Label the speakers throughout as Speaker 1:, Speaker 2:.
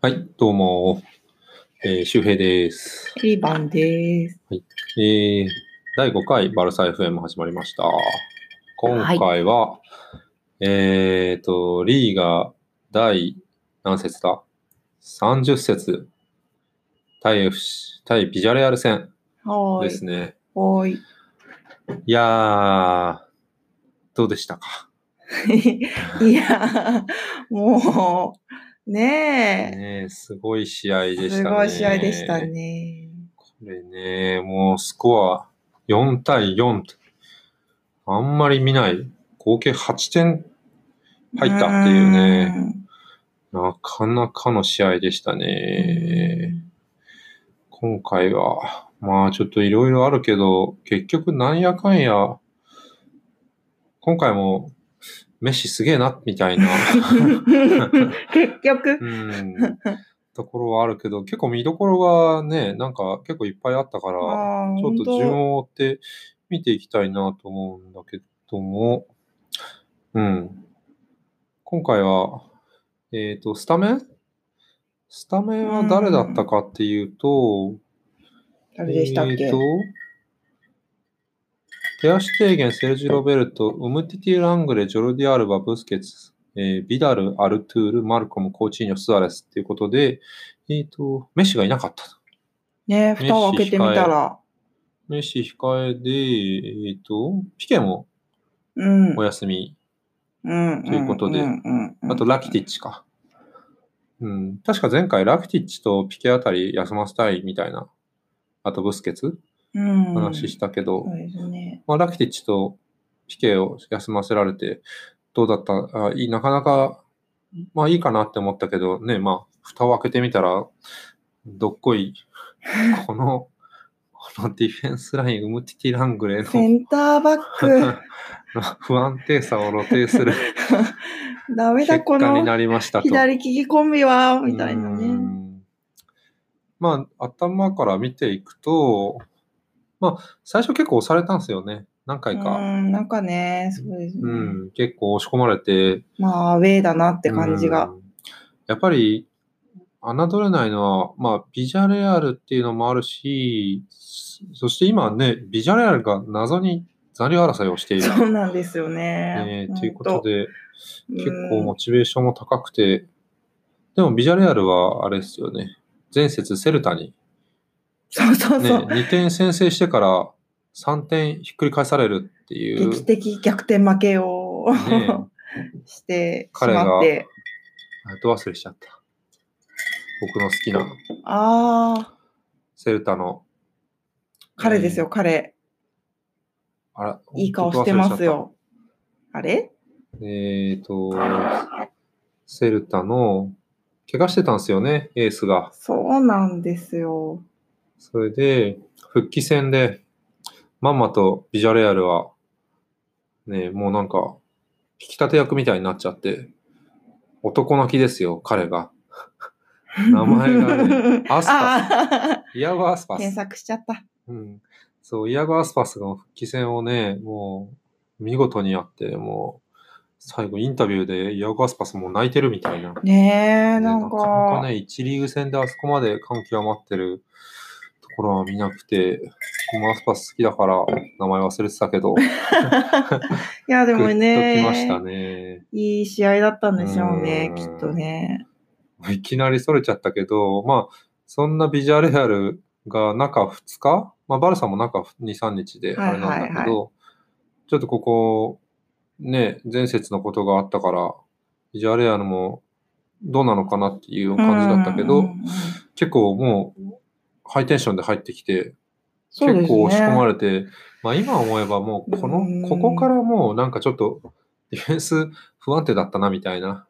Speaker 1: はい、どうも、えー、周平です。
Speaker 2: キリバンです。
Speaker 1: えー、第5回バルサ FM 始まりました。今回は、えっ、と、リーが第何節だ ?30 節対 FC、対ビジャレアル戦
Speaker 2: は
Speaker 1: で
Speaker 2: ー
Speaker 1: す
Speaker 2: い。
Speaker 1: ね。
Speaker 2: はー
Speaker 1: いやー、どうでしたか
Speaker 2: い。いやー、もう、ね
Speaker 1: ねえすごい試合で
Speaker 2: え。
Speaker 1: したね。
Speaker 2: すごい試合でした。ね。
Speaker 1: これね、もうスコア4対4と、あんまり見ない、合計8点、入ったっていうねなかなかの試合でした
Speaker 2: うーん。
Speaker 1: ね。今回は、まあちょっといろいろあるけど、結局なんやかんや、今回も、メッシすげえな、みたいな、
Speaker 2: 結局、
Speaker 1: うん、ところはあるけど、結構見どころがね、なんか結構いっぱいあったから、
Speaker 2: あー
Speaker 1: ちょっと順
Speaker 2: 本
Speaker 1: を追って見ていきたいなと思うんだけども、うん。今回は、えっ、と、スタメンスタメンは誰だったかっていうと、
Speaker 2: 当誰でしたっけ、
Speaker 1: えーと、テアシュテーゲン、セルジ・ロベルト、ウムティティ・ラングレ、ジョルディ・アルバ、ブスケツ、えービダル、アルトゥール、マルコム、コーチーニョ、スアレスっていうことで、えっ、と、メッシがいなかったと。
Speaker 2: ねえ、蓋を開けてみたら。
Speaker 1: メッシ控えで、えっ、と、ピケも
Speaker 2: うん。
Speaker 1: お休み。
Speaker 2: うん。
Speaker 1: ということで
Speaker 2: んうんうん
Speaker 1: あと、ラキテ
Speaker 2: ィ。
Speaker 1: ィッチか。うん。確か前回、ラキティッチとピケあたり休ませたいみたいな、あとブスケツ
Speaker 2: うん。
Speaker 1: 話したけど、
Speaker 2: そうですね。
Speaker 1: まあ、ラキティッチとピケを休ませられて、どうだったあいいなかなか、まあいいかなって思ったけど、ね、まあ、蓋を開けてみたら、どっこ い、この、このディフェンスライン、ウムティティラングレーの
Speaker 2: センターバッ ク。
Speaker 1: 不安定さを露呈 する
Speaker 2: ダメ
Speaker 1: 結
Speaker 2: だ、こ
Speaker 1: 果に
Speaker 2: の
Speaker 1: なりましたと。
Speaker 2: 左利きコンビは、みたいな
Speaker 1: う
Speaker 2: ね。
Speaker 1: んまあ、頭から見ていくと、まあ、最初結構押されたんですよね。何回
Speaker 2: う
Speaker 1: か。
Speaker 2: ん、なんかね、そうですね。
Speaker 1: うん、結構押し込まれて。っ
Speaker 2: まあ、アウェーだなって感じが。。
Speaker 1: やっぱり、侮れないのは、まあ、ビジャレアルっていうのもあるし、そして今ね、ビジャレアルが謎に残留争いをしている。
Speaker 2: そうなんですよね。
Speaker 1: ねということで、
Speaker 2: うん、
Speaker 1: 結構モチベーションも高くて、でもビジャレアルはあれですよね、前節セルタに、
Speaker 2: そうそう
Speaker 1: ね、
Speaker 2: そう。
Speaker 1: 2点先制してから3点ひっくり返されるっていう、
Speaker 2: 劇的逆転負けを、
Speaker 1: ね
Speaker 2: してし
Speaker 1: 彼が
Speaker 2: まって。
Speaker 1: 後忘れしちゃった。僕の好きな
Speaker 2: ああ、
Speaker 1: セルタの。
Speaker 2: 彼ですよ、
Speaker 1: ね。
Speaker 2: 彼。
Speaker 1: あら
Speaker 2: いい顔してます。よ。あ
Speaker 1: ちょっと忘れちゃ
Speaker 2: れ
Speaker 1: ったえっ、と、セルタの、怪我してたんですよね、エースが。
Speaker 2: そうなんですよ。
Speaker 1: それで、復帰戦で、まんまとビジャレアルは、ね、もうなんか、引き立て役みたいになっちゃって、男泣きですよ、彼 が。名前がねアスパ
Speaker 2: あ
Speaker 1: イアゴ・アス
Speaker 2: あ、
Speaker 1: パ
Speaker 2: 検
Speaker 1: ス。
Speaker 2: 索しちゃった。
Speaker 1: うん。そう、イアゴ・アスパスの復帰戦をね、もう、見事にやって、もう、最後インタビューでイアゴ・アスパスもう泣いてるみたいな。
Speaker 2: ねえ、
Speaker 1: ね
Speaker 2: なん
Speaker 1: なかな
Speaker 2: か
Speaker 1: か。ね、1リーグ戦であそこまで感極まってるところは見なくて、僕もアスパス好きだから名前忘れてたけど、
Speaker 2: い や、でも
Speaker 1: グッ
Speaker 2: ね
Speaker 1: ときましたね。
Speaker 2: いい試合だったんでしょうね
Speaker 1: う、ん
Speaker 2: きっとね。
Speaker 1: いきなりそれちゃったけど、まあ、そんなビジュアレアルが中2日、まあ、バルサも中2、3日であれなんだけど、
Speaker 2: はいはい
Speaker 1: ちょっとここ、ね、前節のことがあったから、ビジュアレアルもどうなのかなっていう感じだったけど、
Speaker 2: うんうんうん
Speaker 1: 結構もう、ハイテンションで入ってきて、
Speaker 2: そうですね
Speaker 1: 結構押し込まれて、まあ今思えばもう、こ
Speaker 2: う
Speaker 1: の、
Speaker 2: ん
Speaker 1: ここからもうなんかちょっと、ディフェンス不安定だったなみたいな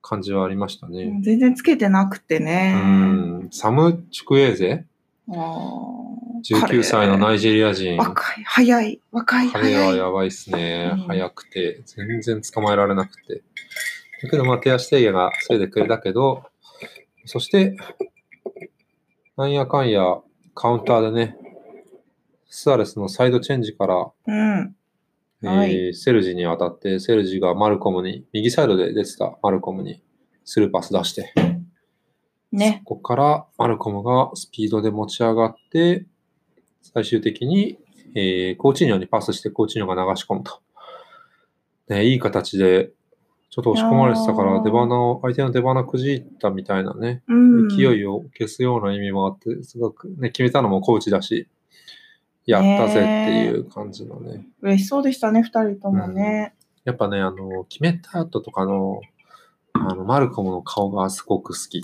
Speaker 1: 感じはありましたね。
Speaker 2: 全然つけてなくて
Speaker 1: う
Speaker 2: ね。
Speaker 1: ん、サム・チュクエーゼ、
Speaker 2: あー
Speaker 1: 19歳のナイジェリア人。
Speaker 2: 若い、早い、若い、
Speaker 1: 彼は
Speaker 2: 早い。
Speaker 1: やばいっすね
Speaker 2: うん。
Speaker 1: 早くて、全然捕まえられなくて。だけど、まあ、手足提言が防いでくれたけど、そして、なんやかんや、カウンターでね、スアレスのサイドチェンジから、
Speaker 2: うん。
Speaker 1: えー
Speaker 2: はい
Speaker 1: セルジに渡って、セルジがマルコムに、右サイドで出てたマルコムにスルーパス出して、
Speaker 2: ね。
Speaker 1: そこからマルコムがスピードで持ち上がって、最終的に、えーコーチーニョにパスしてコーチーニョが流し込むと。ね、いい形で、ちょっと押し込まれてたか
Speaker 2: いや
Speaker 1: ら、
Speaker 2: ー
Speaker 1: 出花を、相手の出花くじいたみたいなね、
Speaker 2: うん、
Speaker 1: 勢いを消すような意味もあって、すごくね、決めたのもコーチだし、やったぜっていう感じのね。
Speaker 2: 嬉しそうでしたね、二人ともね。
Speaker 1: やっぱね、あの、決めた後とかの、あの、マルコムの顔がすごく好き。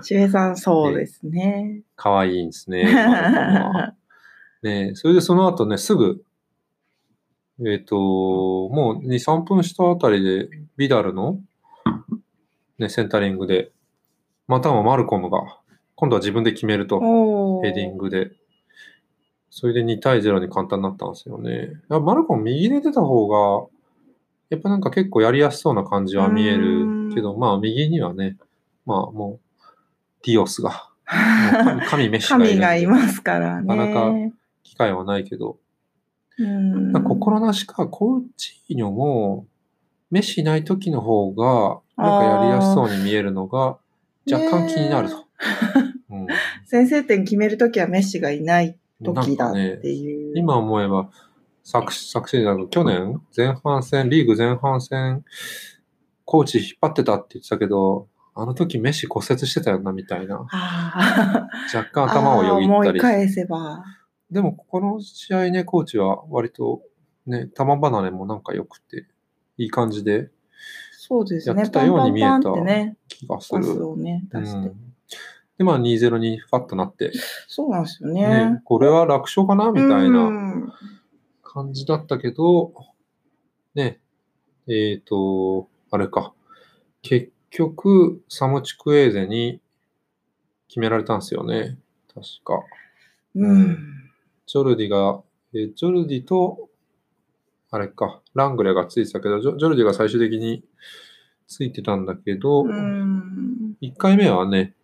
Speaker 2: しげさん、そうですね。
Speaker 1: 可愛いんですね。マルコムはねそれでその後ね、すぐ、えっ、と、もう2、3分したあたりで、ビダルの、ね、センタリングで、またもマルコムが、今度は自分で決めると。
Speaker 2: お
Speaker 1: ヘデ ィングで。それで2対0に簡単になったんですよね。やっぱマルコム右で出た方が、やっぱなんか結構やりやすそうな感じは見えるけど、まあ右にはね、まあもう、ディオスが、もう 神神メッシがいる
Speaker 2: 神
Speaker 1: んで
Speaker 2: がいますからね。
Speaker 1: なかなか機会はないけど、
Speaker 2: うん
Speaker 1: なんか心なしかコーチーニョも、メッシいない時の方が、なんかやりやすそうに見えるのが、若干気になると。う
Speaker 2: ね
Speaker 1: ん
Speaker 2: 先制点決めるときはメッシがいない
Speaker 1: なん
Speaker 2: 時だ
Speaker 1: か
Speaker 2: っ
Speaker 1: ね
Speaker 2: ていう。
Speaker 1: 今思えば、昨昨シーズン、去年、前半戦、リーグ前半戦、コーチ引っ張ってたって言ってたけど、あの時メッシ骨折してたよな、みたいな。
Speaker 2: あー
Speaker 1: 若干頭をよぎっ
Speaker 2: あー
Speaker 1: た
Speaker 2: 思い
Speaker 1: り。
Speaker 2: 返せば。
Speaker 1: でも、ここの試合ね、コーチは割と、ね、球離れもなんか良くて、いい感じで
Speaker 2: そうです
Speaker 1: やっ
Speaker 2: ね。
Speaker 1: てたように見えた
Speaker 2: パンパンパンってね、
Speaker 1: 気がす
Speaker 2: パ
Speaker 1: る。
Speaker 2: スをね、
Speaker 1: う
Speaker 2: 出して。
Speaker 1: ん、で、まあ2-0にファッとなって、
Speaker 2: そうなんですよね。
Speaker 1: ね、これは楽勝かな、みたいな。
Speaker 2: うん
Speaker 1: 感じだったけど、ね、えっ、と、あれか。結局、サムチクエーゼに決められたんですよね。確か。
Speaker 2: うん。
Speaker 1: ジョルディが、えージョルディと、あれか、ラングレーがついてたけど、ジョジョルディが最終的についてたんだけど、
Speaker 2: うん。
Speaker 1: 1回目はね、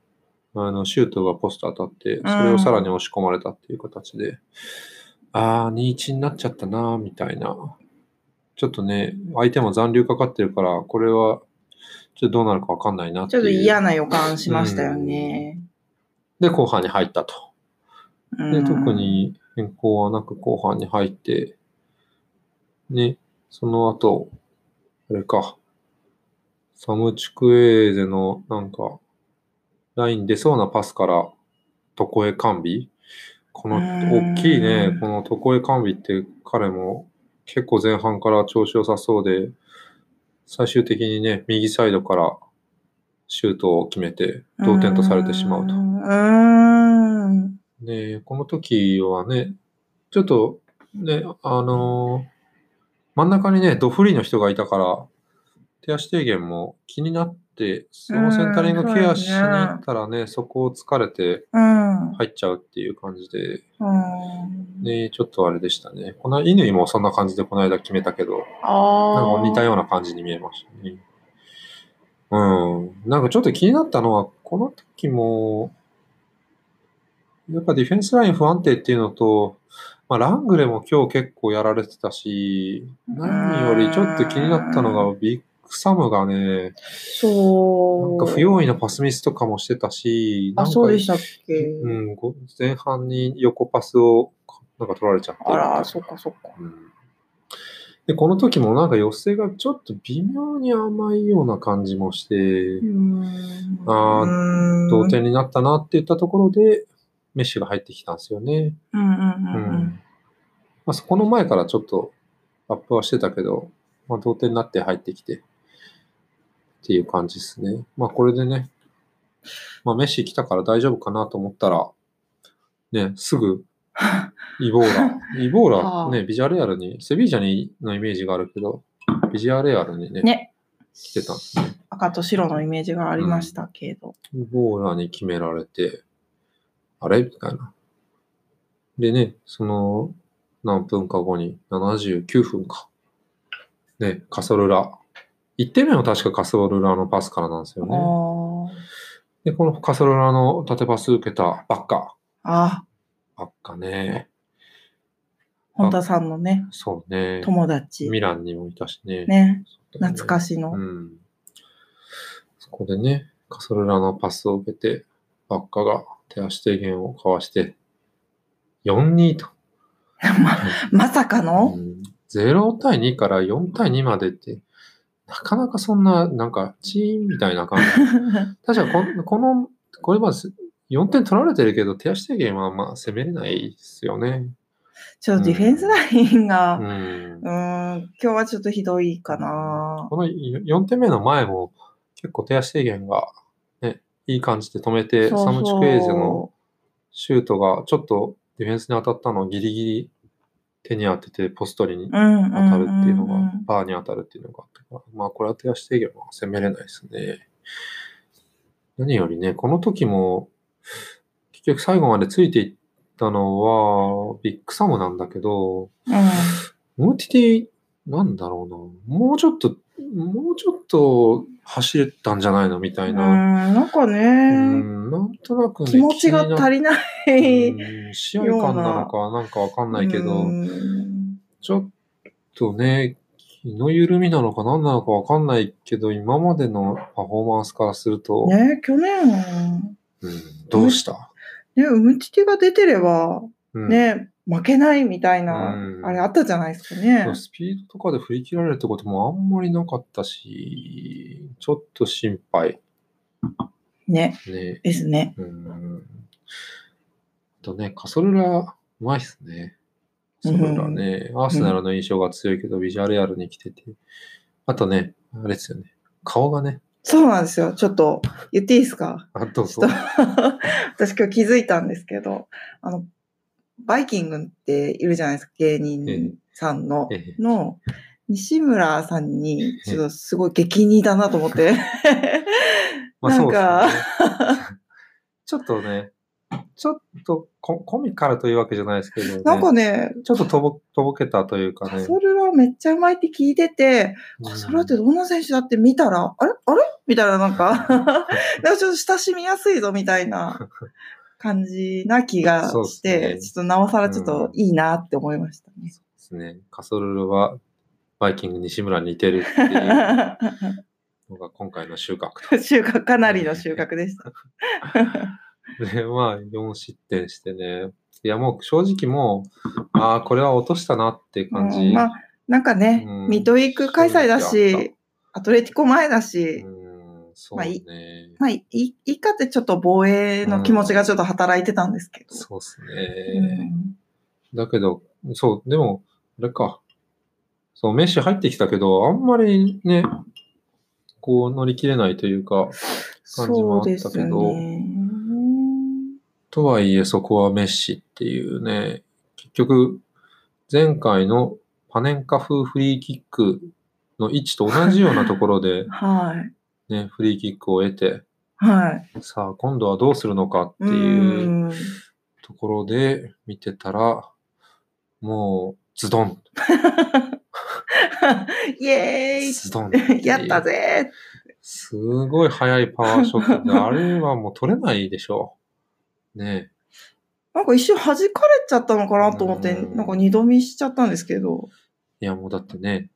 Speaker 1: あのシュートがポスト当たって、それをさらに押し込まれたっていう形で、ああ、2-1になっちゃったな、みたいな。ちょっとね、相手も残留かかってるから、これは、ちょっとどうなるかわかんないなって
Speaker 2: ちょ
Speaker 1: い
Speaker 2: っ
Speaker 1: う。
Speaker 2: と嫌な予感しましたよね。
Speaker 1: で、後半に入ったと。
Speaker 2: う
Speaker 1: で、
Speaker 2: ん
Speaker 1: 特。に変更はなく後半に入って、ね、その後、あれか、サムチクエーゼのなんか、ライン出そうなパスから、床江完備この
Speaker 2: うーん
Speaker 1: 大きいね、この床江完備って彼も結構前半から調子良さそうで、最終的にね、右サイドからシュートを決めて、同点とされてしまうと
Speaker 2: う。ん。
Speaker 1: で、この時はね、ちょっと、ね、あのー真ん中にね、ドフリーの人がいたから、手足低減も気になって、そのセンタリング
Speaker 2: うん
Speaker 1: ケアしに行ったらね、そこを疲れて
Speaker 2: うん。
Speaker 1: 入っちゃうっていう感じで、
Speaker 2: うん。
Speaker 1: ね、ちょっとあれでしたね。この乾もそんな感じでこの間決めたけど、なん
Speaker 2: あ
Speaker 1: か
Speaker 2: あ。
Speaker 1: 似たような感じに見えましたね。うん。なんかちょっと気になったのは、この時も、やっぱディフェンスライン不安定っていうのと、まあ、ラングレも今日結構やられてたし、何よりちょっと気になったのが、ビッグサムがね、な
Speaker 2: そ
Speaker 1: ん
Speaker 2: う。
Speaker 1: か不用意なパスミスとかもしてたし、なん
Speaker 2: あ、
Speaker 1: か
Speaker 2: そうでしたっけ。
Speaker 1: うん、ご前半に横パスをなんか取られちゃって。
Speaker 2: あら、そっかそっか。
Speaker 1: うんで、この時もなんか寄せがちょっと微妙に甘いような感じもして、あ
Speaker 2: あ
Speaker 1: 同。点になったなって言ったところで、メッシが入ってきたんですよね。
Speaker 2: うんうんう
Speaker 1: うん
Speaker 2: うん。
Speaker 1: まあ、そこの前からちょっとアップはしてたけど、まあ、同点になって入ってきてっていう感じですね。まあ、これでね、まあ、メッシ来たから大丈夫かなと思ったら、ね、す ぐイボーラ。イボーラ、
Speaker 2: あ
Speaker 1: ね、ビジャレアルに、セビージャにのイメージがあるけど、ビジャレアルにね、
Speaker 2: ね。
Speaker 1: 来てたんですね。
Speaker 2: 赤と白のイメージがありましたけど。
Speaker 1: イボーラに決められて、あれみたいな。でね、その、何分か後に、79分か。ね、カソルラ。1点目も確かカソルラのパスからなんですよね。で、このカソルラの縦パス受けたばっか。
Speaker 2: ああ。
Speaker 1: ば
Speaker 2: あ、
Speaker 1: っかね。
Speaker 2: 本田さんのね、
Speaker 1: そうね。
Speaker 2: 友達。
Speaker 1: ミランにもいたしね。
Speaker 2: ね。
Speaker 1: そうだよね
Speaker 2: 懐かしの。
Speaker 1: うん。そこでね、カソルラのパスを受けて、バッカが手足提言をかわして、4-2と。
Speaker 2: まさかの、
Speaker 1: うん0対2から4対2までって、なかなかそんな、なんか、チーンみたいな 感じ。確かこの、この、これまず4点取られてるけど、手足提言はまあ攻めれないですよね。
Speaker 2: ちょっとディフェンスライン
Speaker 1: う
Speaker 2: が、
Speaker 1: ん
Speaker 2: う。ーん、今日はちょっとひどいかな。
Speaker 1: この4点目の前も、結構手足提言が、ね、いい感じで止めて、
Speaker 2: そう
Speaker 1: サムチュクエイジェの
Speaker 2: そ
Speaker 1: シュートが、ちょっとディフェンスに当たったのをギリギリ手に当てて、ポストリに
Speaker 2: ううんうん
Speaker 1: 当たるっていうの
Speaker 2: うんう
Speaker 1: が
Speaker 2: ん、
Speaker 1: バーに当たるっていうのがあったから、まあ、これは手足制限は攻めれないですね。何よりね、この時も、結局最後までついていったのは、ビッグサムなんだけど、
Speaker 2: う
Speaker 1: ムーティティ、なんだろうな、もうちょっと、もうちょっと走れたんじゃないのみたい
Speaker 2: ん、うん
Speaker 1: な。
Speaker 2: なんか
Speaker 1: う
Speaker 2: ね、
Speaker 1: ん、なんとなくね、
Speaker 2: 気持ちが
Speaker 1: 気になっ
Speaker 2: 足りな
Speaker 1: う
Speaker 2: い。
Speaker 1: ん試合感なのか、なんかわかんないけど、
Speaker 2: うん
Speaker 1: ちょっとね、気の緩みなのか何なのかわかんないけど、今までのパフォーマンスからすると、
Speaker 2: ね、去年、
Speaker 1: うん、どうした、
Speaker 2: ね、ウムティティが出てれば、
Speaker 1: うん、
Speaker 2: ね、負けないみたいな、
Speaker 1: うん
Speaker 2: あれあったじゃないですかね。
Speaker 1: スピードとかで振り切られるってこともあんまりなかったし、ちょっと心配
Speaker 2: ね、
Speaker 1: ね。
Speaker 2: ですね。
Speaker 1: うん。あとね、カソルラ、うまいっすね。カソルラね、アーセナルの印象が強いけど、ビジュアレアルに来てて。あとね、あれですよね。顔がね、
Speaker 2: そうなんですよ。ちょっと、言っていいですか
Speaker 1: あ、どうぞ
Speaker 2: ちょっ。 私今日気づいたんですけど、あの、バイキングっているじゃないですか、芸
Speaker 1: ええ
Speaker 2: 人さんの、
Speaker 1: ええ
Speaker 2: の、西村さんに、ちょっとすごい激似だなと思って。
Speaker 1: そう
Speaker 2: なんか
Speaker 1: ですねちょっとね、ちょっとココミカルというわけじゃないですけど、ね、
Speaker 2: なんかね、
Speaker 1: ちょっととぼとぼけたというか
Speaker 2: カ
Speaker 1: ね。
Speaker 2: ソルラめっちゃうまいって聞いてて、カソルラってどんな選手だって見たら、あれあれみたいなな んか、なんかちょっと親しみやすいぞみたいな感じな気 が
Speaker 1: そうっ
Speaker 2: し
Speaker 1: すね
Speaker 2: て、ちょっとなおさらちょっといいなって思いましたね。
Speaker 1: ですね。カソルルはバイキング西村に似てるっていうのが今回の収穫
Speaker 2: 収穫、かなりの収穫でした。
Speaker 1: と。で、 まあ4失点してね。いやもう正直もう、ああ、これは落としたなって 感じ。
Speaker 2: うんまあ、なんかね、
Speaker 1: うん
Speaker 2: ミッドウィーク開催だ
Speaker 1: そうです
Speaker 2: し
Speaker 1: よ、
Speaker 2: アトレティコ前だし
Speaker 1: う、ん、そう
Speaker 2: まあい
Speaker 1: ね
Speaker 2: い。まあ、いいいかってちょっと防衛の気持ちがちょっと働いてたんですけど。
Speaker 1: そうです
Speaker 2: う
Speaker 1: ね。
Speaker 2: ん
Speaker 1: だけど、そう、でも、あれか。そう、メッシ入ってきたけど、あんまりね、こう乗り切れないというか、感じもあ
Speaker 2: そう
Speaker 1: ったけ
Speaker 2: で
Speaker 1: ど
Speaker 2: すね。、
Speaker 1: とはいえそこはメッシっていうね、結局、前回のパネンカ風フリーキックの位置と同じようなところで
Speaker 2: はい。
Speaker 1: ね、フリーキックを得て、
Speaker 2: はい。
Speaker 1: さあ、今度はどうするのかって
Speaker 2: う
Speaker 1: いうんところで見てたら、もう、ズドン、
Speaker 2: イエ
Speaker 1: ズドンて
Speaker 2: ー
Speaker 1: いう
Speaker 2: イ やったぜ
Speaker 1: すごい速いパワーショット で、あれはもう取れないでしょう。ね
Speaker 2: なんか一瞬弾かれちゃったのかなと思って、
Speaker 1: うん
Speaker 2: なんか二度見しちゃったんですけど。
Speaker 1: え。いや、もうだってね、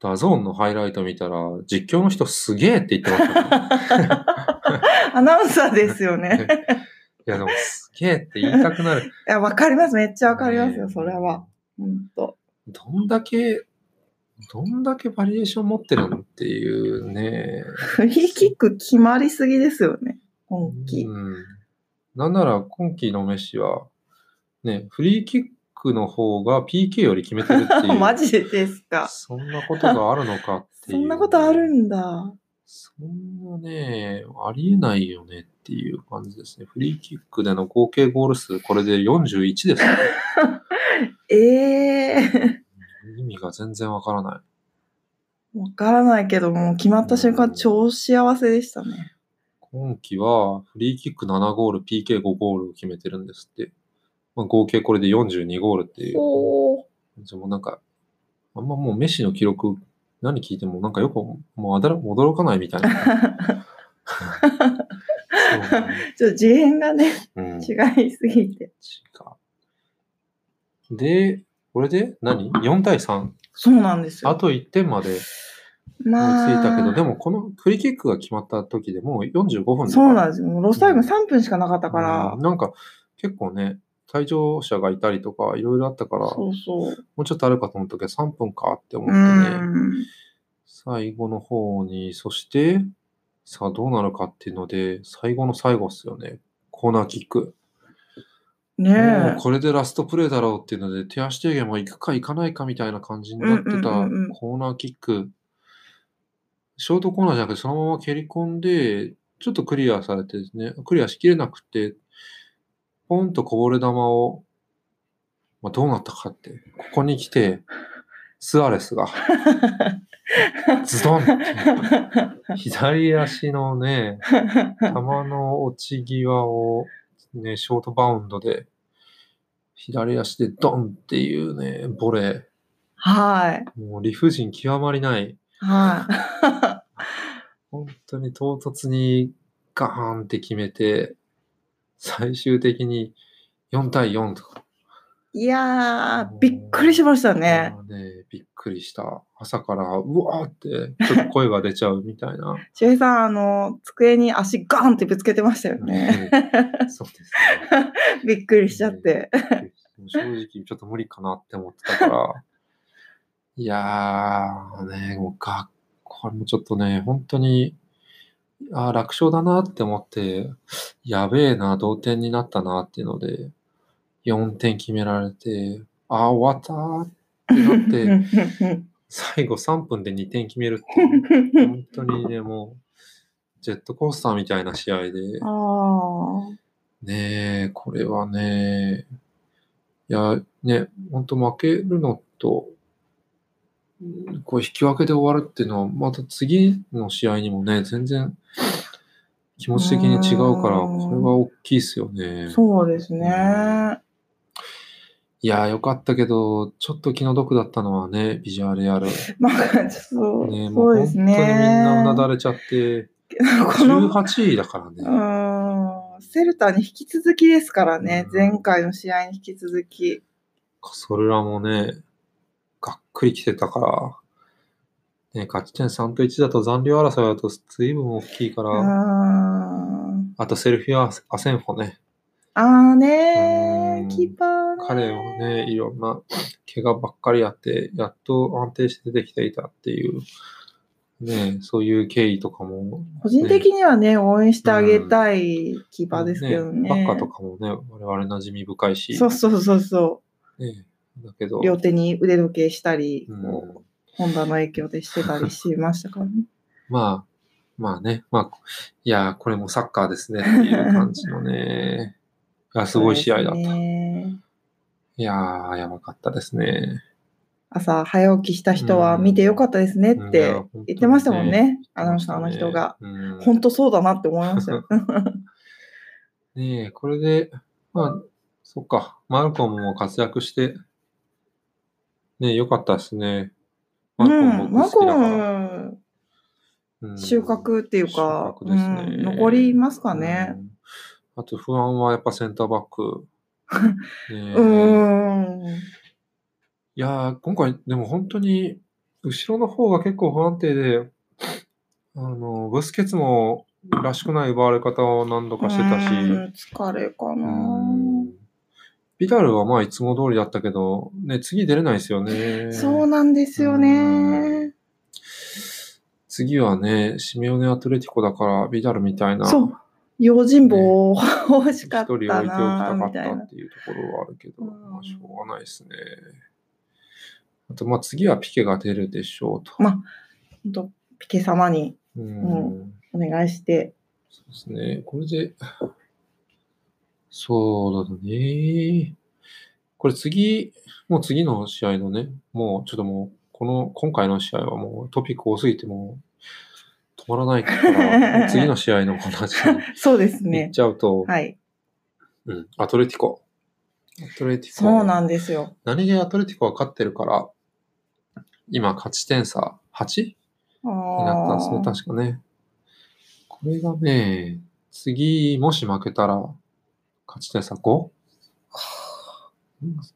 Speaker 1: ダゾーンのハイライト見たら、実況の人すげえって言ってました ね、
Speaker 2: アナウンサーですよね。
Speaker 1: いや、でもすげえって言いたくなる。
Speaker 2: いや、わかります。めっちゃわかりますよ、
Speaker 1: ね
Speaker 2: それは。。ほんと。
Speaker 1: どんだけ、どんだけバリエーション持ってるのっていうね。
Speaker 2: フリーキック決まりすぎですよね、今季。
Speaker 1: うん。なんなら今季のメッシは、ね、フリーキックの方が PK より決めてるっていう。
Speaker 2: マジですか。
Speaker 1: そんなことがあるのかってい
Speaker 2: そ
Speaker 1: う。
Speaker 2: んなことあるんだ。
Speaker 1: そんなね、ありえないよねっていう感じですね。フリーキックでの合計ゴール数、これで41ですね。
Speaker 2: ええ
Speaker 1: 意味が全然わからない。
Speaker 2: ー。わからないけども、決まった瞬間超幸せでしたね。
Speaker 1: 今季はフリーキック7ゴール、PK5 ゴールを決めてるんですって。まあ、合計これで42ゴールっていう。
Speaker 2: おー。
Speaker 1: でもなんか、あんまもうメッシの記録、何聞いてもなんかよくもうあだら驚かないみたいな。 そうね
Speaker 2: ちょっと次元がね、
Speaker 1: うん
Speaker 2: 違いすぎて。
Speaker 1: 違うで、これで何 ?4 対3。
Speaker 2: そうなんです
Speaker 1: あ
Speaker 2: よ。
Speaker 1: と1点まで
Speaker 2: ま
Speaker 1: 思いついたけど、
Speaker 2: あ
Speaker 1: で、もこのフリーキックが決まった時でもう45分だ
Speaker 2: そうなん
Speaker 1: で
Speaker 2: ですよ。もうロスタイム3分しかなかったから。
Speaker 1: なんか結構ね、退場者がいたりとかいろいろあったから、も
Speaker 2: そうそう。
Speaker 1: うちょっとあるかと思ったけど3分かって思っ
Speaker 2: う
Speaker 1: てね、
Speaker 2: ん。
Speaker 1: 最後の方に、そして、さあどうなるかっていうので、最後の最後っすよね。コーナーキック。
Speaker 2: ね
Speaker 1: もう
Speaker 2: え。
Speaker 1: これでラストプレーだろうっていうので、手足提言も行くか行かないかみたいな感じになってた
Speaker 2: うんうんうんうん
Speaker 1: コーナーキック。ショートコーナーじゃなくて、そのまま蹴り込んで、ちょっとクリアされてですね、クリアしきれなくて、ポンとこぼれ球を、まあ、どうなったかって、ここに来て、スアレスが、ズドンって、左足のね、球の落ち際を、ね、ショートバウンドで、左足でドンっていうね、ボレー。
Speaker 2: はい。
Speaker 1: もう理不尽極まりない。
Speaker 2: は
Speaker 1: 本当に唐突にガーンって決めて、最終的に4対4とか。
Speaker 2: い。いやー、びっくりしましたね。
Speaker 1: あーねびっくりした。朝から、うわーって、ちょっと声が出ちゃうみたいな。
Speaker 2: しゅういさん、あの、机に足ガーンってぶつけてましたよ ね。
Speaker 1: うんそうですね。
Speaker 2: びっくりしちゃって。
Speaker 1: 正直ちょっと無理かなって思ってたから。いやーね、もうが、これもちょっとね、本当に、あー楽勝だなって思って、やべえな、同点になったなっていうので、4点決められて、あー終わったーって なって、最後3分で2点決めるっていう、本当にね、もう、ジェットコースターみたいな試合で、
Speaker 2: ああ。
Speaker 1: ねえ、これはね、いや、ね、本当負けるのと、うんこう引き分けで終わるっていうのは、また次の試合にもね、全然気持ち的に違うから、
Speaker 2: うん
Speaker 1: これは大きいですよね。
Speaker 2: そうですね。
Speaker 1: いや、よかったけど、ちょっと気の毒だったのはね、ビジュアレアル。ね
Speaker 2: まあ、ちょっと、
Speaker 1: え、も
Speaker 2: そううで
Speaker 1: 本
Speaker 2: す
Speaker 1: 当にみん
Speaker 2: ね。
Speaker 1: なうなだれちゃって、
Speaker 2: この、
Speaker 1: 18位だからね。
Speaker 2: うん、セルターに引き続きですからね。
Speaker 1: うん
Speaker 2: 前回の試合に引き続き。
Speaker 1: カソルラもね、がっくり来てたから、ね、勝ち点3と1だと残留争いだと随分大きいか
Speaker 2: う
Speaker 1: ら、
Speaker 2: ん。
Speaker 1: あとセルフィア・アセンフォね、
Speaker 2: あーね
Speaker 1: う
Speaker 2: ー、
Speaker 1: ん
Speaker 2: キーパーねー。
Speaker 1: 彼をね、いろんな怪我ばっかりやって、やっと安定して出てきていたっていう、ね、そういう経緯とかも、
Speaker 2: 個人的にはね、応援してあげたいキーパーですけどね。
Speaker 1: バッカとかもね、我々馴染み深いし、
Speaker 2: そうそうそうそ
Speaker 1: ね、だけど
Speaker 2: う。、両手に腕時計したり、
Speaker 1: う
Speaker 2: こ
Speaker 1: ん
Speaker 2: う本田の影響でしてたりしましたからね。
Speaker 1: まあ、まあね、まあ、いやー、これもサッカーですねって いう感じのね、いや すごい試合だった。
Speaker 2: そうですね
Speaker 1: いやー、やばかったですね。
Speaker 2: 朝早起きした人は
Speaker 1: うん
Speaker 2: 見てよかったですねっ
Speaker 1: いや
Speaker 2: て
Speaker 1: 本当にね
Speaker 2: 言ってましたもんね、アナウンサーの人が。
Speaker 1: うん。
Speaker 2: 本当そうだなって思いましたよ。
Speaker 1: ねえ、これで、まあ、そっか、マルコムも活躍して、ねえ、よかったですね。
Speaker 2: う
Speaker 1: マルコ
Speaker 2: ん、
Speaker 1: ム僕
Speaker 2: マ
Speaker 1: 好
Speaker 2: コ
Speaker 1: きだから。
Speaker 2: ム、
Speaker 1: うん
Speaker 2: 収穫っていうか、
Speaker 1: 収穫ですね
Speaker 2: うん残りますかね。
Speaker 1: うんあと不安はやっぱセンターバッ ク。ねえ
Speaker 2: うーん。
Speaker 1: いやー、今回、でも本当に、後ろの方が結構不安定で、あの、ブスケツもらしくない奪われ方を何度かしてたし、
Speaker 2: うん疲れか
Speaker 1: う
Speaker 2: な。
Speaker 1: んビダルはまあいつも通りだったけど、ね、次出れないですよね。
Speaker 2: そうなんですよ
Speaker 1: うん
Speaker 2: ね。
Speaker 1: 次はね、シメオネアトレティコだから、ビダルみたいな、
Speaker 2: そう用心棒欲しか
Speaker 1: 一
Speaker 2: っ
Speaker 1: 人置いてお
Speaker 2: た
Speaker 1: きた
Speaker 2: な
Speaker 1: か
Speaker 2: み
Speaker 1: った
Speaker 2: いな
Speaker 1: っ。ていうところはあるけど、
Speaker 2: うん
Speaker 1: まあしょうがないですね。あと、まあ次はピケが出るでしょうと。
Speaker 2: まあほんとピケ様に
Speaker 1: うん
Speaker 2: お願いして。
Speaker 1: そうですね。これで、 そうだね。これ次、もう次の試合のね、もうちょっともう、この、今回の試合はもうトピック多すぎてもう止まらない から、もう次の試合の話に
Speaker 2: そうです
Speaker 1: 行っ
Speaker 2: ね。
Speaker 1: ちゃうと、
Speaker 2: はい。
Speaker 1: うん、アトレティコ。アトレティコ。
Speaker 2: そうなんですよ。
Speaker 1: 何気にアトレティコは勝ってるから、今勝ち点差 8?
Speaker 2: あ
Speaker 1: になったんですね、
Speaker 2: ー
Speaker 1: 確かね。これがね、次、もし負けたら、勝ち点差 5?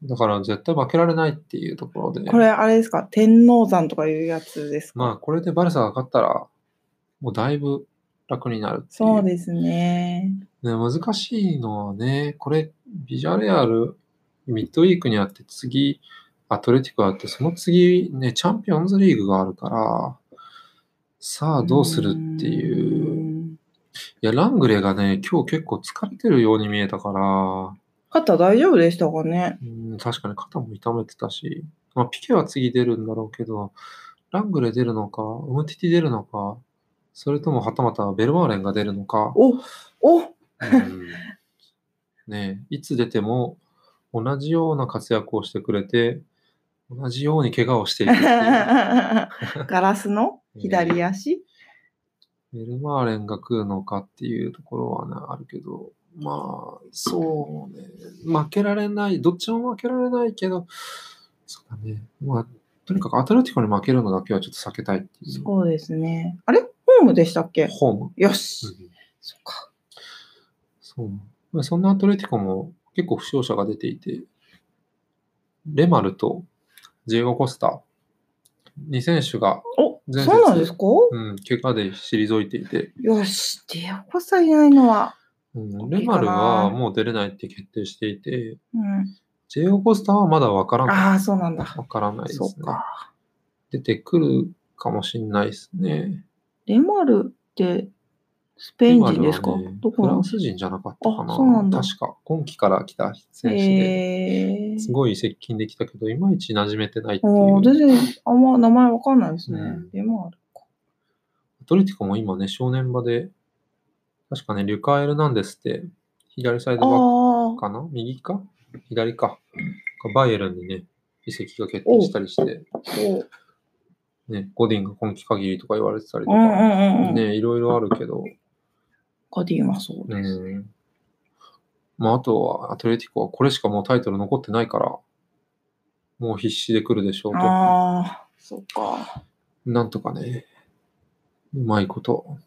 Speaker 1: だから絶対負けられないっていうところで、
Speaker 2: これ、あれですか天王山とかいうやつですか、
Speaker 1: まあこれでバルサが勝ったら、もうだいぶ楽になるってい
Speaker 2: そうですね。
Speaker 1: ね、難しいのはね、これ、ビジャレアル、ミッドウィークにあって、次、アトレティコあって、その次、ね、チャンピオンズリーグがあるから、さあどうするっていう。
Speaker 2: うん。
Speaker 1: いや、ラングレーがね、今日結構疲れてるように見えたから、
Speaker 2: 肩大丈夫でしたかね
Speaker 1: うん、確かに肩も痛めてたし、まあ、ピケは次出るんだろうけど、ラングレー出るのか、ウムティティ出るのか、それともはたまたベルマーレンが出るのか、
Speaker 2: おお
Speaker 1: うんねえいつ出ても同じような活躍をしてくれて、同じように怪我をしているって いう。
Speaker 2: ガラスの左足、
Speaker 1: ベルマーレンが来るのかっていうところはね、あるけど、まあ、そうね、負けられない、どっちも負けられないけど、そうだね、まあ、とにかくアトレティコに負けるのだけはちょっと避けたいっていう。
Speaker 2: そうですね。あれホームでしたっけ
Speaker 1: ホーム。
Speaker 2: よし、
Speaker 1: うん
Speaker 2: そっか。
Speaker 1: そうまあそんなアトレティコも結構負傷者が出ていて、レマルとジェゴ・コスタ、2選手が、
Speaker 2: お
Speaker 1: 前節
Speaker 2: そうなんですか
Speaker 1: うん、怪我で退いていて、
Speaker 2: よし、ディアコさんいないのは。
Speaker 1: うん、
Speaker 2: 大
Speaker 1: レ
Speaker 2: きいかな
Speaker 1: マルはもう出れないって決定していて、
Speaker 2: うん、
Speaker 1: ジェゴ・コスタはまだわからない。
Speaker 2: ああ、そうなんだ。
Speaker 1: わからないです
Speaker 2: そ
Speaker 1: ね
Speaker 2: う。か。
Speaker 1: 出てくるかもしれないですね。
Speaker 2: レマルってスペイン人ですか、
Speaker 1: レマルはね
Speaker 2: どこ
Speaker 1: フ
Speaker 2: な
Speaker 1: ラ
Speaker 2: ん
Speaker 1: ン
Speaker 2: です
Speaker 1: ス人じゃなかったかな。
Speaker 2: あそうなんだ
Speaker 1: 確か、今季から来た
Speaker 2: か
Speaker 1: 選手で、
Speaker 2: え
Speaker 1: す
Speaker 2: ー、
Speaker 1: ごい接近できたけど、いまいち馴染めてないってい
Speaker 2: お
Speaker 1: う
Speaker 2: ー。全然あんま名前わかんないですね。
Speaker 1: うん
Speaker 2: レマルか。
Speaker 1: アトレティコも今ね、正念場で、確かね、リュカ・エルナンデスって、左サイドバッ
Speaker 2: あ
Speaker 1: クか
Speaker 2: あ、
Speaker 1: な右か左か。バイエルンにね、移籍が決定したりして、
Speaker 2: そう。
Speaker 1: ね、ゴディンが今季限りとか言われてたりと
Speaker 2: うんう
Speaker 1: か、
Speaker 2: んうん。ね、
Speaker 1: ね、いろいろあるけど、
Speaker 2: ガディはそう
Speaker 1: う
Speaker 2: です。
Speaker 1: ん。まあ、あとは、アトレティコはこれしかもうタイトル残ってないから、もう必死で来るでしょうと。
Speaker 2: ああ、そっか。
Speaker 1: なんとかね、うまいこと、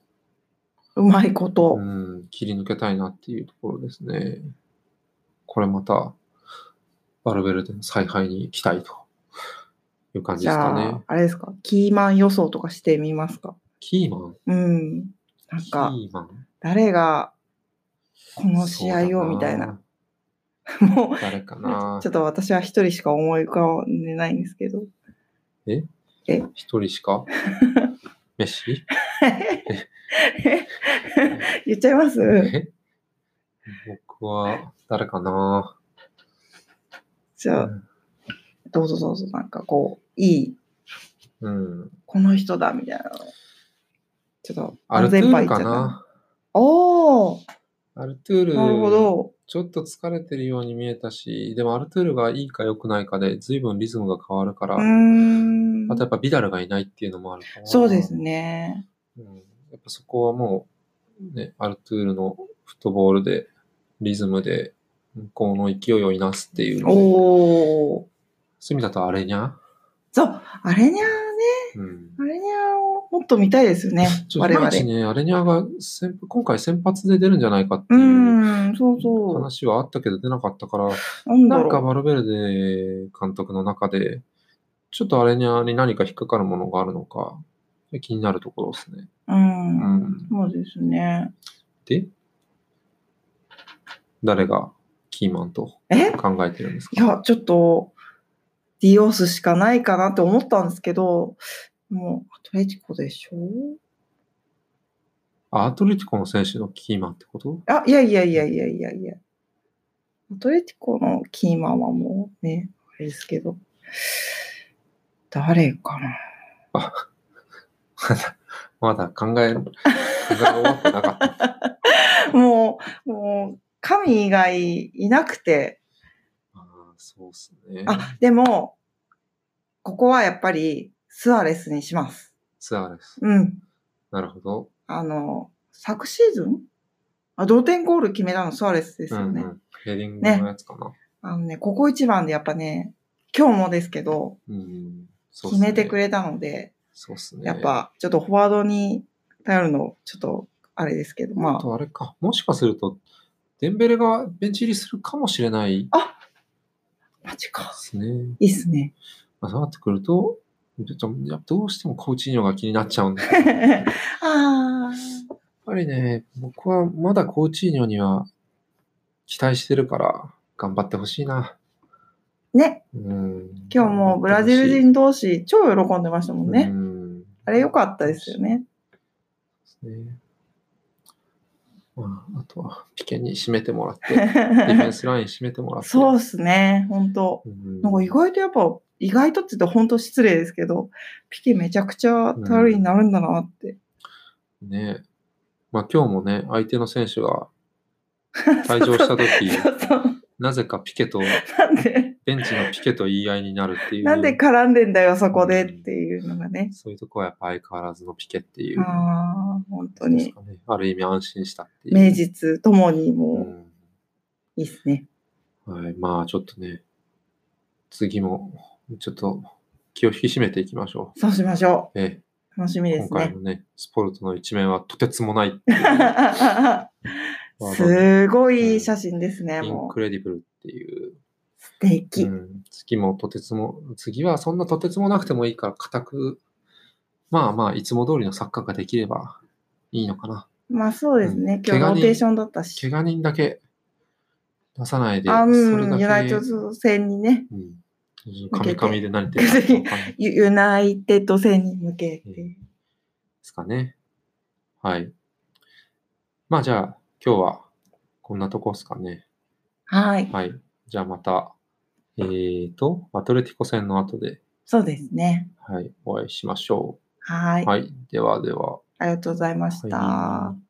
Speaker 2: うまいこと
Speaker 1: う。ん、切り抜けたいなっていうところですね。これまた、バルベルデの采配に期待という感じ
Speaker 2: じ
Speaker 1: ですか
Speaker 2: ゃあ、
Speaker 1: ね。
Speaker 2: あれですか。キーマン予想とかしてみますか。
Speaker 1: キーマン
Speaker 2: うん。なん
Speaker 1: キ
Speaker 2: か、
Speaker 1: ーマン
Speaker 2: 誰が、こ
Speaker 1: こ
Speaker 2: の試合をみたいな。。 もう
Speaker 1: 誰かな
Speaker 2: ちょっと私は一人しか思い浮かんでないんですけど。
Speaker 1: 一人しか メッシ
Speaker 2: 言っちゃいます
Speaker 1: え僕は誰かな
Speaker 2: じゃあ、どうぞどうぞ、なんかこう、いい、
Speaker 1: うん。
Speaker 2: この人だ、みたいな。ちょっと、
Speaker 1: アルトゥールかな
Speaker 2: おお
Speaker 1: アルトゥール、
Speaker 2: なるほど。
Speaker 1: ちょっと疲れてるように見えたし、でもアルトゥールがいいか良くないかで、随分リズムが変わるから、
Speaker 2: うーん
Speaker 1: あ。とやっぱビダルがいないっていうのもあるから。
Speaker 2: そうですね。
Speaker 1: うん。やっぱそこはもう、ね、アルトゥールのフットボールで、リズムで、向こうの勢いをいなすっていうので、
Speaker 2: おお
Speaker 1: そういう意味だとあれにゃ
Speaker 2: そう、あれにゃーね、
Speaker 1: うん。
Speaker 2: あれにゃーをもっと見たいですよね
Speaker 1: ち、ょっとい
Speaker 2: 我
Speaker 1: ま
Speaker 2: 々。
Speaker 1: いちね、アレニアが先今回先発で出るんじゃないかってい
Speaker 2: う
Speaker 1: う
Speaker 2: ーん、そうそ
Speaker 1: 話はあったけど出なかったから、
Speaker 2: う。なんだ
Speaker 1: なんか
Speaker 2: ろ
Speaker 1: バルベルデ監督の中で、ちょっとアレニアに何か引っかかるものがあるのか、気になるところですね。
Speaker 2: う。うん
Speaker 1: うん。
Speaker 2: そうですね。
Speaker 1: で、誰がキーマンと
Speaker 2: え
Speaker 1: 考えてるんです
Speaker 2: い
Speaker 1: か
Speaker 2: や、ちょっと、ディオスしかないかなって思ったんですけど、もう、アトレティコでしょ
Speaker 1: アトレティコの選手のキーマンってこと
Speaker 2: あ、いやいやいやいやいやいや。アトレティコのキーマンはもうね、あれですけど、誰かな。
Speaker 1: まだ考え、考え終わってなか った。
Speaker 2: もう、もう、神以外いなくて、
Speaker 1: あーそうっすね。
Speaker 2: あ、でも、ここはやっぱり、スアレスにします。
Speaker 1: ツアーです。
Speaker 2: うん。
Speaker 1: なるほど。
Speaker 2: あの、昨シーズンあ同点ゴール決めたのスアレスですよね。
Speaker 1: うんうん。ヘディングのやつかな。
Speaker 2: あのね、ここ一番でやっぱね、今日もですけど、
Speaker 1: うん。そうっ
Speaker 2: 決
Speaker 1: すね
Speaker 2: めてく。れたので、
Speaker 1: そうっすね。
Speaker 2: やっ。ぱちょっとフォワードに頼るの、ちょっとあれですけど、
Speaker 1: あ
Speaker 2: まあ、
Speaker 1: とあれか。もしかすると、デンベレがベンチ入りするかもしれない。
Speaker 2: マジか。
Speaker 1: すね。
Speaker 2: いいっすね。
Speaker 1: まあ、そうなってくると、ちょっとやっぱどうしてもコーチーニョが気になっちゃ うんで。やっ
Speaker 2: ああ。
Speaker 1: ぱりね、僕はまだコーチーニョには期待してるから、頑張ってほしいな。
Speaker 2: ね、
Speaker 1: うん、
Speaker 2: 今日もブラジル人同士、超喜んでましたもんね。
Speaker 1: うん
Speaker 2: あれ良かったですよね。
Speaker 1: ですね。まあ、あとは、ピケに締めてもら って、ディフェンスライン締めてもらって。
Speaker 2: そううっすね、本当
Speaker 1: ん。
Speaker 2: なんか意外とやっぱ、意外とって言って本当失礼ですけど、ピケめちゃくちゃ頼りになるんだなって。
Speaker 1: ねまあ今日もね、相手の選手が退場した時
Speaker 2: そうそう。
Speaker 1: なぜかピケと、
Speaker 2: なんで、
Speaker 1: ベンチのピケと言い合いになるっていう。
Speaker 2: なんで絡んでんだよ、そこでっていうのがね。
Speaker 1: そういうとこはやっぱ相変わらずのピケっていう。
Speaker 2: ああ、本当
Speaker 1: です
Speaker 2: に。
Speaker 1: かね。ある意味安心したっていう。
Speaker 2: 名実ともにも
Speaker 1: うん
Speaker 2: ういいっすね。
Speaker 1: はい、まあちょっとね、次もちょっと気を引き締めていきましょ
Speaker 2: そうしましょ
Speaker 1: う。え
Speaker 2: う。楽しみ
Speaker 1: え、
Speaker 2: です
Speaker 1: 今回
Speaker 2: ね。
Speaker 1: のね、スポルトの一面はとてつも ないっていうワードで。
Speaker 2: すごい写真ですね、
Speaker 1: イン
Speaker 2: もう。
Speaker 1: クレディブルっていう。
Speaker 2: 素敵。
Speaker 1: うん、次もとてつも、次はそんなとてつもなくてもいいから、固く、まあまあ、いつも通りのサッカーができればいいのかな。
Speaker 2: まあそうですね、
Speaker 1: うん
Speaker 2: 今日
Speaker 1: 怪我
Speaker 2: ロ
Speaker 1: 人
Speaker 2: ーテーションだった
Speaker 1: 怪。
Speaker 2: し
Speaker 1: 我人だけ出さないで、
Speaker 2: あ、うん、
Speaker 1: け
Speaker 2: ユナイテッド戦にね、
Speaker 1: うん。
Speaker 2: 向けて
Speaker 1: 神々で何言ってるかわかん ないで
Speaker 2: ユユナイテッド戦に向けて。
Speaker 1: すかね。はい。まあじゃあ、今日はこんなとこですかね。
Speaker 2: はい、
Speaker 1: はい。じゃあまた、えーと、アトレティコ戦の後で、
Speaker 2: そうですね。
Speaker 1: はい、お会いしましょ。、
Speaker 2: はいう
Speaker 1: はい。ではでは。
Speaker 2: ありがとうございました。
Speaker 1: はい